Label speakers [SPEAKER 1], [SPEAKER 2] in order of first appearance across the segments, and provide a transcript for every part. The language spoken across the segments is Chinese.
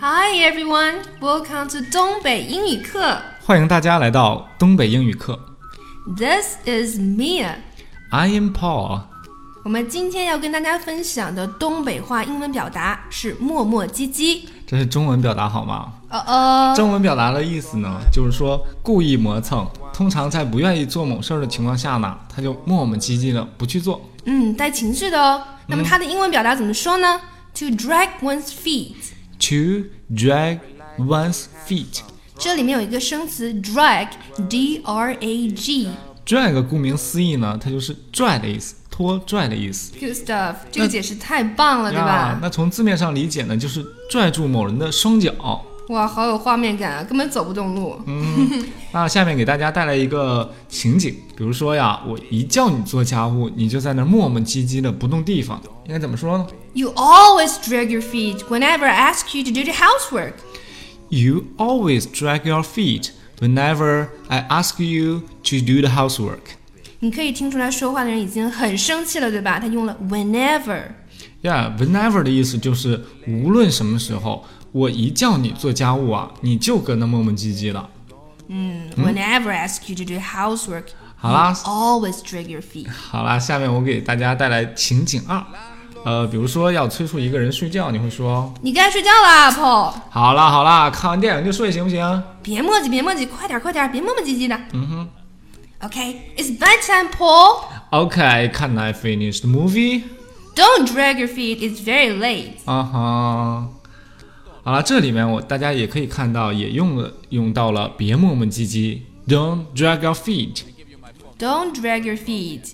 [SPEAKER 1] Hi everyone, welcome to 东北英语课。
[SPEAKER 2] 欢迎大家来到东北英语课。
[SPEAKER 1] This is Mia。
[SPEAKER 2] I am Paul。
[SPEAKER 1] 我们今天要跟大家分享的东北话英文表达是磨磨唧唧。
[SPEAKER 2] 这是中文表达好吗？
[SPEAKER 1] 呃呃，
[SPEAKER 2] 中文表达的意思呢，就是说故意磨蹭，通常在不愿意做某事儿的情况下呢，他就磨磨唧唧的不去做。
[SPEAKER 1] 嗯，带情绪的哦。那么它的英文表达怎么说呢？To drag one's feet。
[SPEAKER 2] To drag one's feet。
[SPEAKER 1] 这里面有一个生词 drag，d r a g。
[SPEAKER 2] drag 顾名思义呢，它就是拽的意思，拖拽的意思。
[SPEAKER 1] Good stuff，这个解释太棒了，哦对
[SPEAKER 2] 呀
[SPEAKER 1] 吧？
[SPEAKER 2] 那从字面上理解呢，就是拽住某人的双脚。
[SPEAKER 1] 哇，好有画面感啊，根本走不动路。
[SPEAKER 2] 那下面给大家带来一个情景，比如说呀，我一叫你做家务，你就在那儿磨磨唧唧的不动地方，应该怎么说呢
[SPEAKER 1] You always drag your feet whenever I ask you to do the housework。
[SPEAKER 2] ？You always drag your feet whenever I ask you to do the housework.
[SPEAKER 1] 你可以听出来说话的人已经很生气了，对吧？他用了 whenever。
[SPEAKER 2] Yeah, whenever 的意思就是无论什么时候，我一叫你做家务啊，你就搁那磨磨唧唧的。
[SPEAKER 1] 嗯，whenever I ask you to do housework，
[SPEAKER 2] 好啦
[SPEAKER 1] you always drag your feet。
[SPEAKER 2] 好啦，下面我给大家带来情景二，呃，比如说要催促一个人睡觉，你会说
[SPEAKER 1] 你该睡觉啦，Paul。
[SPEAKER 2] 好啦好啦，看完电影就睡行不行？
[SPEAKER 1] 别磨叽，别磨叽，快点，快点，别磨磨唧唧的。嗯哼。Okay，it's bedtime, Paul.
[SPEAKER 2] Okay, can I finish the movie?
[SPEAKER 1] Don't drag your feet. It's very late.
[SPEAKER 2] 啊哈，好了，这里面我大家也可以看到，也用了用到了别磨磨唧唧，Don't drag your feet。
[SPEAKER 1] Don't drag your feet.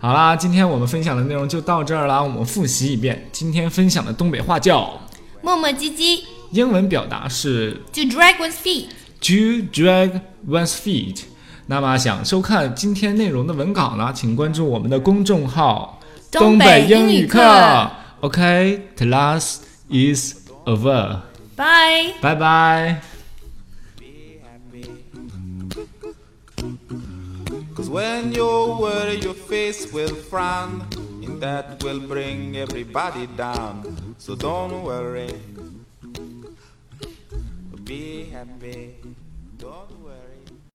[SPEAKER 2] 好啦，今天我们分享的内容就到这儿啦，我们复习一遍。今天分享的东北话叫，
[SPEAKER 1] 磨磨唧唧
[SPEAKER 2] 英文表达是
[SPEAKER 1] ，to drag one's feet.
[SPEAKER 2] to drag one's feet。那么想收看今天内容的文稿呢，请关注我们的公众号“
[SPEAKER 1] 东北英语课
[SPEAKER 2] 东北英语课 OK, class is over。
[SPEAKER 1] Bye.
[SPEAKER 2] 拜拜。
[SPEAKER 3] Cause when you worry, your face will frown, and that will bring everybody down. So don't worry, be happy.